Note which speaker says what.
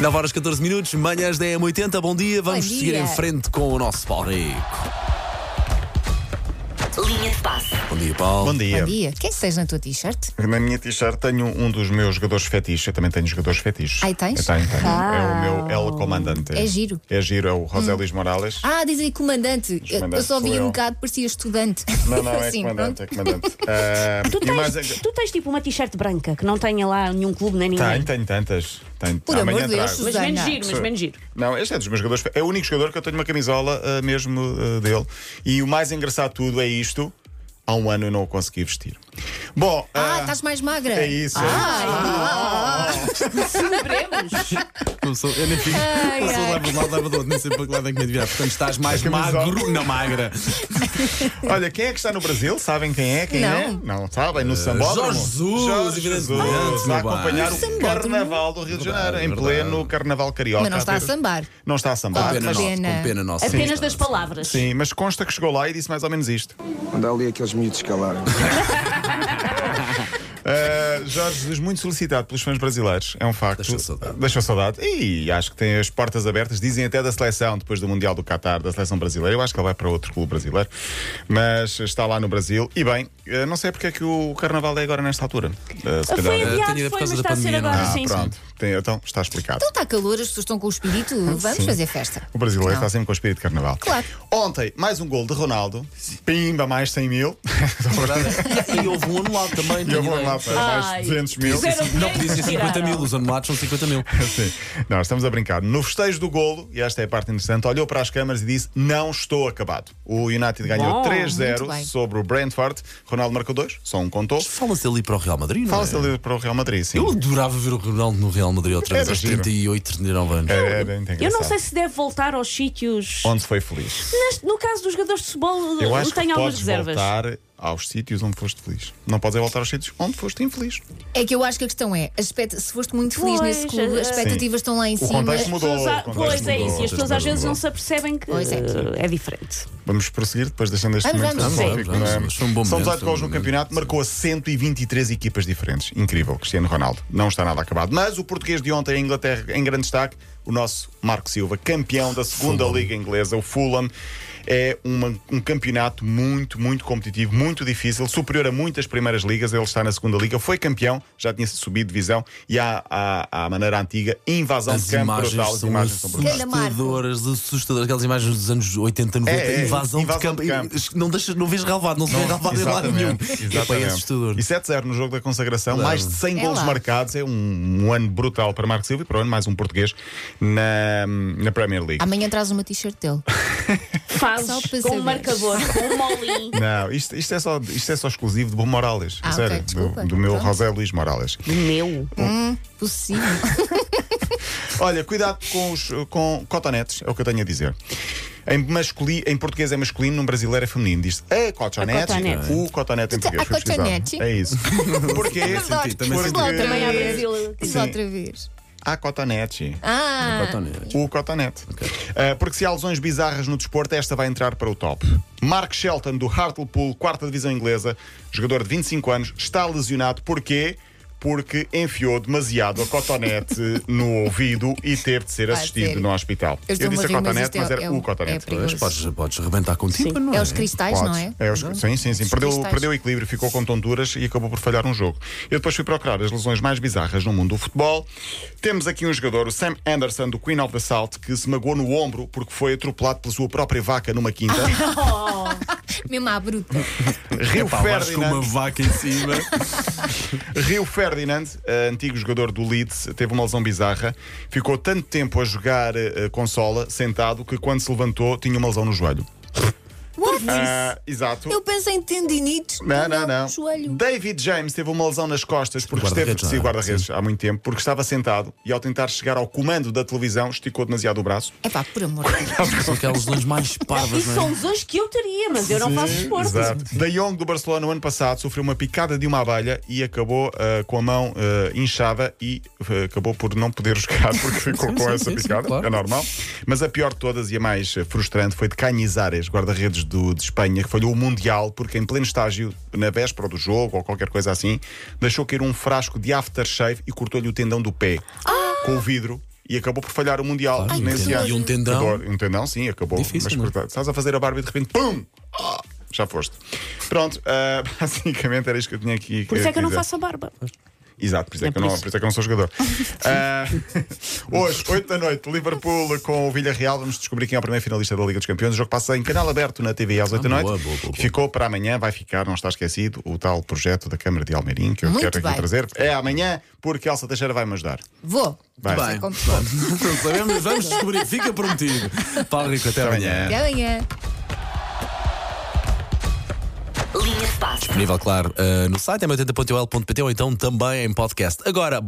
Speaker 1: 9 horas 14 minutos, manhãs 10 80 bom dia, vamos
Speaker 2: Bom
Speaker 1: seguir
Speaker 2: dia.
Speaker 1: em frente com o nosso Paulo Rico.
Speaker 3: Linha de passe.
Speaker 1: Bom dia, Paulo.
Speaker 4: Bom dia.
Speaker 2: Bom dia. Quem é que tens na tua t-shirt?
Speaker 4: Na minha t-shirt tenho um dos meus jogadores fetiches. Eu também tenho jogadores fetiches.
Speaker 2: Ai, tens?
Speaker 4: Eu tenho, tenho. É
Speaker 2: Ah.
Speaker 4: o meu El Comandante.
Speaker 2: É giro.
Speaker 4: É giro, é o Rosélis Morales.
Speaker 2: Ah, diz aí comandante. Eu- Eu
Speaker 4: Comandante
Speaker 2: só vi
Speaker 4: sou eu.
Speaker 2: um bocado, parecia estudante.
Speaker 4: Não, não, é
Speaker 2: Sim,
Speaker 4: comandante,
Speaker 2: assim, pronto.
Speaker 4: é comandante. Ah,
Speaker 3: Tu
Speaker 4: e mais-
Speaker 3: tens, tu tens tipo uma t-shirt branca que não tenha lá nenhum clube nem ninguém.
Speaker 4: Tenho, tenho tantas. Tenho.
Speaker 2: Por amor
Speaker 4: Amanhã
Speaker 2: de Deus,
Speaker 4: trago.
Speaker 3: Mas
Speaker 2: Susana.
Speaker 3: menos giro, mas menos giro.
Speaker 4: Não, este é dos meus jogadores. fe- É o único jogador que eu tenho uma camisola ah, mesmo ah, dele. E o mais engraçado de tudo é isto. Há um ano eu não o consegui vestir. Bom.
Speaker 2: Ah,
Speaker 4: ah,
Speaker 2: estás Ah. mais magra.
Speaker 4: É isso. é
Speaker 3: Celebremos.
Speaker 1: Não sou- eu nem fico.
Speaker 2: Ai,
Speaker 1: eu sou
Speaker 2: ai.
Speaker 1: leva de um lado, leva do outro, nem sei para que lado é que me virar. Portanto, estás mais
Speaker 4: camisola.
Speaker 1: magro na magra.
Speaker 4: isso. Olha, quem é que está no Brasil? Sabem quem é? Quem
Speaker 2: Não.
Speaker 4: é? Não sabem? No Sambódromo?
Speaker 1: Jorge Jesus,
Speaker 4: Jorge
Speaker 1: evidentemente,
Speaker 4: Jesus.
Speaker 1: meu
Speaker 4: Está a acompanhar
Speaker 2: bem.
Speaker 4: o
Speaker 2: Sambódromo.
Speaker 4: Carnaval do Rio de Janeiro, em
Speaker 1: Verdade,
Speaker 4: pleno
Speaker 1: verdade.
Speaker 4: Carnaval Carioca.
Speaker 2: Mas não está a
Speaker 4: ter-
Speaker 2: sambar.
Speaker 4: Não está a sambar.
Speaker 1: Com pena,
Speaker 4: mas-
Speaker 1: nossa,
Speaker 2: pena.
Speaker 1: com pena nossa.
Speaker 3: Apenas das palavras.
Speaker 4: Sim, mas consta que chegou lá e disse mais ou menos isto.
Speaker 5: Quando há ali aqueles miúdos calaram.
Speaker 4: Uh, Jorge Jesus, muito solicitado pelos fãs brasileiros, é um facto.
Speaker 1: Deixou saudade.
Speaker 4: Deixou saudade. E acho que tem as portas abertas, dizem até da seleção, depois do Mundial do Qatar, da seleção brasileira. Eu acho que ele vai para outro clube brasileiro, mas está lá no Brasil. E bem, uh, não sei porque é que o carnaval é agora nesta altura. Uh,
Speaker 2: Ah,
Speaker 4: se
Speaker 3: Foi
Speaker 4: calhar-
Speaker 1: tinha
Speaker 3: adiado,
Speaker 1: ido por
Speaker 3: foi, mas
Speaker 1: causa da
Speaker 3: está a ser
Speaker 1: pandemia,
Speaker 3: agora.
Speaker 1: não é?
Speaker 4: Ah,
Speaker 3: sim, sim.
Speaker 4: pronto. Tem- então está explicado.
Speaker 2: Então está calor, as pessoas estão com o espírito. Vamos fazer festa.
Speaker 4: O brasileiro
Speaker 2: Não.
Speaker 4: está sempre com o espírito de carnaval.
Speaker 2: Claro.
Speaker 4: Ontem, mais um gol de Ronaldo. Pimba, mais 100 mil.
Speaker 1: E houve um anulado também.
Speaker 4: Eu
Speaker 1: tenho
Speaker 4: vou
Speaker 1: ideia.
Speaker 4: lá para
Speaker 3: Ai,
Speaker 4: mais 200 mil.
Speaker 3: fizeram bem,
Speaker 1: Não podia ser 50
Speaker 3: tiraram.
Speaker 1: mil, os anulados são 50 mil.
Speaker 4: Sim. Não, estamos a brincar. No festejo do golo, e esta é a parte interessante, olhou para as câmaras e disse: Não estou acabado. O United ganhou
Speaker 3: Bom,
Speaker 2: muito
Speaker 4: 3-0
Speaker 2: bem.
Speaker 4: sobre o Brentford. Ronaldo marcou dois, só um contou.
Speaker 1: Fala-se ali para o Real Madrid, não é?
Speaker 4: Fala-se ali para o Real Madrid, sim.
Speaker 1: Eu adorava ver o Ronaldo no Real Madrid outra vez,
Speaker 4: Era
Speaker 1: aos
Speaker 4: giro.
Speaker 1: 38, 39 anos.
Speaker 4: Era- era muito
Speaker 3: Eu não
Speaker 4: É, engraçado.
Speaker 3: sei se deve voltar aos sítios.
Speaker 4: Onde se foi feliz.
Speaker 3: Neste- no caso dos jogadores de futebol,
Speaker 4: Eu acho
Speaker 3: tenho
Speaker 4: que
Speaker 3: algumas
Speaker 4: podes
Speaker 3: reservas.
Speaker 4: voltar aos sítios onde foste feliz. Não podes é voltar aos sítios onde foste infeliz.
Speaker 2: É que eu acho que a questão é: a expect- se foste muito feliz
Speaker 3: Pois,
Speaker 2: nesse clube,
Speaker 3: eh,
Speaker 2: as expectativas estão lá em
Speaker 4: O
Speaker 2: cima.
Speaker 4: contexto mudou.
Speaker 3: Pessoas a-
Speaker 4: o contexto
Speaker 3: pois é
Speaker 4: mudou.
Speaker 3: isso, e as pessoas às vezes não se apercebem que
Speaker 2: Pois é.
Speaker 3: eh, é diferente.
Speaker 4: Vamos prosseguir depois deixando este
Speaker 2: Vamos,
Speaker 4: momento.
Speaker 2: vamos,
Speaker 1: vamos,
Speaker 4: filosófico,
Speaker 1: vamos,
Speaker 4: não é?
Speaker 1: vamos. Foi um bom
Speaker 4: São
Speaker 1: momento,
Speaker 4: 18 gols
Speaker 1: foi
Speaker 4: no
Speaker 1: um
Speaker 4: campeonato,
Speaker 1: momento.
Speaker 4: marcou a 123 equipas diferentes. Incrível, Cristiano Ronaldo. Não está nada acabado. Mas o português de ontem em Inglaterra, em grande destaque, o nosso Marco Silva, campeão da segunda Liga Inglesa, o Fulham. É uma- um campeonato muito, muito competitivo, muito difícil, superior a muitas primeiras ligas. Ele está na segunda liga, foi campeão, já tinha subido divisão e há, há, há a maneira antiga, invasão
Speaker 1: As
Speaker 4: de campo
Speaker 1: imagens,
Speaker 4: brutal. As
Speaker 1: são
Speaker 4: imagens são brutais.
Speaker 2: Ganda Marco.
Speaker 1: assustadoras, assustadoras, aquelas imagens dos anos 80, 90,
Speaker 4: É, é,
Speaker 1: invasão,
Speaker 4: invasão
Speaker 1: de campo.
Speaker 4: de campo.
Speaker 1: E- Não, deixas, não vês relvado, não se vê relvado em lado nenhum. Epá, é assustador.
Speaker 4: E 7-0 no jogo da consagração,
Speaker 1: Claro.
Speaker 4: mais de 100
Speaker 2: É
Speaker 4: golos
Speaker 2: lá.
Speaker 4: marcados. É um, um ano brutal para Marco Silva e para o ano mais um português na, na Premier League.
Speaker 2: Amanhã traz uma t-shirt dele.
Speaker 3: Fazes
Speaker 2: Só para
Speaker 3: com
Speaker 2: saber.
Speaker 3: um marcador, com um molinho.
Speaker 4: Não, isto, isto é só, isto é só exclusivo de Bom Morales.
Speaker 2: Ah,
Speaker 4: sério,
Speaker 2: ok,
Speaker 4: do-
Speaker 2: desculpa. então.
Speaker 4: do, meu
Speaker 2: Pronto.
Speaker 4: José Luís Morales.
Speaker 3: Meu.
Speaker 2: Possível.
Speaker 4: Olha, cuidado com os com cotonetes, é o que eu tenho a dizer. Em, masculi, em português é masculino, num brasileiro é feminino. Diz a cotonete,
Speaker 2: É
Speaker 3: A cotonete.
Speaker 4: o cotonete em
Speaker 2: Diz a
Speaker 4: português. fui pesquisar.
Speaker 2: cotonete.
Speaker 4: É isso. Porquê? é
Speaker 2: Adoro.
Speaker 1: também
Speaker 2: Diz
Speaker 4: senti.
Speaker 2: lá outra
Speaker 3: Também há
Speaker 2: vez.
Speaker 3: Brasil.
Speaker 2: Diz
Speaker 4: Sim.
Speaker 2: outra vez.
Speaker 4: A cotonete.
Speaker 2: Ah,
Speaker 1: Cotonete.
Speaker 4: O Cotonete. Ah, porque se há lesões bizarras no desporto, esta vai entrar para o top. Mark Shelton, do Hartlepool, quarta divisão inglesa, jogador de 25 anos, está lesionado. Porquê? Porque enfiou demasiado a cotonete no ouvido e teve de ser
Speaker 2: Ah,
Speaker 4: assistido
Speaker 2: sério?
Speaker 4: no hospital.
Speaker 2: Eu estou-me a
Speaker 4: disse a
Speaker 2: rir, mas
Speaker 4: cotonete,
Speaker 2: isto é-
Speaker 4: mas era
Speaker 2: é um-
Speaker 4: o cotonete.
Speaker 2: é perigoso.
Speaker 1: Mas podes, podes rebentar com o tímpano, não é?
Speaker 2: é os cristais, não é?
Speaker 4: os- sim, sim, sim.
Speaker 2: Os
Speaker 4: Perdeu,
Speaker 2: cristais.
Speaker 4: perdeu o equilíbrio, ficou com tonturas e acabou por falhar um jogo. Eu depois fui procurar as lesões mais bizarras no mundo do futebol. Temos aqui um jogador, o Sam Anderson, do Queen of the South, que se magoou no ombro porque foi atropelado pela sua própria vaca numa quinta.
Speaker 2: Mesmo à bruta.
Speaker 4: Rio
Speaker 1: Epá, eu acho que uma
Speaker 4: Ferdinand,
Speaker 1: vaca em cima.
Speaker 4: Rio Ferdinand, eh, antigo jogador do Leeds, teve uma lesão bizarra. Ficou tanto tempo a jogar eh, consola, sentado, que quando se levantou tinha uma lesão no joelho.
Speaker 2: What?
Speaker 4: Ah, exato.
Speaker 2: Eu penso em tendinites.
Speaker 4: Não, não, não.
Speaker 2: Joelho.
Speaker 4: David James teve uma lesão nas costas porque
Speaker 1: Guarda-redes,
Speaker 4: esteve sim,
Speaker 1: não é?
Speaker 4: guarda-redes há muito tempo, porque estava sentado e ao tentar chegar ao comando da televisão esticou demasiado o braço.
Speaker 2: É pá, por amor de Deus.
Speaker 4: é?
Speaker 1: São aquelas lesões mais parvas,
Speaker 3: Isso
Speaker 1: não
Speaker 3: são
Speaker 1: é?
Speaker 3: lesões que eu teria, mas eu não faço desporto.
Speaker 4: Exato. De Jong do Barcelona, no ano passado, sofreu uma picada de uma abelha e acabou ah, com a mão ah, inchada e ah, acabou por não poder jogar porque ficou
Speaker 1: Sim,
Speaker 4: com
Speaker 1: sim,
Speaker 4: essa
Speaker 1: sim, sim,
Speaker 4: picada.
Speaker 1: claro.
Speaker 4: É normal. Mas a pior de todas e a mais ah, frustrante foi de Canizares, guarda-redes do- de Espanha, que falhou o Mundial porque, em pleno estágio, na véspera do jogo ou qualquer coisa assim, deixou cair um frasco de aftershave e cortou-lhe o tendão do pé com o vidro. e acabou por falhar o Mundial
Speaker 1: Ah! Claro,
Speaker 4: nesse
Speaker 1: entendo.
Speaker 4: ano.
Speaker 1: E um tendão?
Speaker 4: Agora, um tendão, sim, acabou.
Speaker 1: Difícil, não é?
Speaker 4: mas portanto, estás a fazer a Barbie e de repente, pum! Ah, já foste. Pronto, ah, basicamente era isto que eu tinha aqui.
Speaker 3: Por isso é que eu não
Speaker 4: dizer.
Speaker 3: faço a barba.
Speaker 4: Exato, por isso é,
Speaker 3: É
Speaker 4: que eu
Speaker 3: por
Speaker 4: não,
Speaker 3: isso.
Speaker 4: por isso é que eu não sou jogador. Ah, hoje, 8 da noite, Liverpool com o Villarreal. Vamos descobrir quem é o primeiro finalista da Liga dos Campeões. O jogo passa em canal aberto na TV às 8 da
Speaker 1: Ah, boa,
Speaker 4: noite.
Speaker 1: boa, boa, boa.
Speaker 4: Ficou para amanhã, vai ficar, não está esquecido, o tal projeto da Câmara de Almeirim que eu
Speaker 2: Muito
Speaker 4: quero aqui
Speaker 2: bem.
Speaker 4: trazer. É amanhã, porque Elsa Teixeira vai me ajudar.
Speaker 2: Vou.
Speaker 4: Vai.
Speaker 2: Vai.
Speaker 1: Bem, não sabemos, vamos descobrir. Fica prometido. Paulo Rico, até amanhã.
Speaker 2: Até amanhã.
Speaker 6: Linha de passe.
Speaker 1: Disponível, claro, eh, no site m80.ol.pt ou então também em podcast. Agora.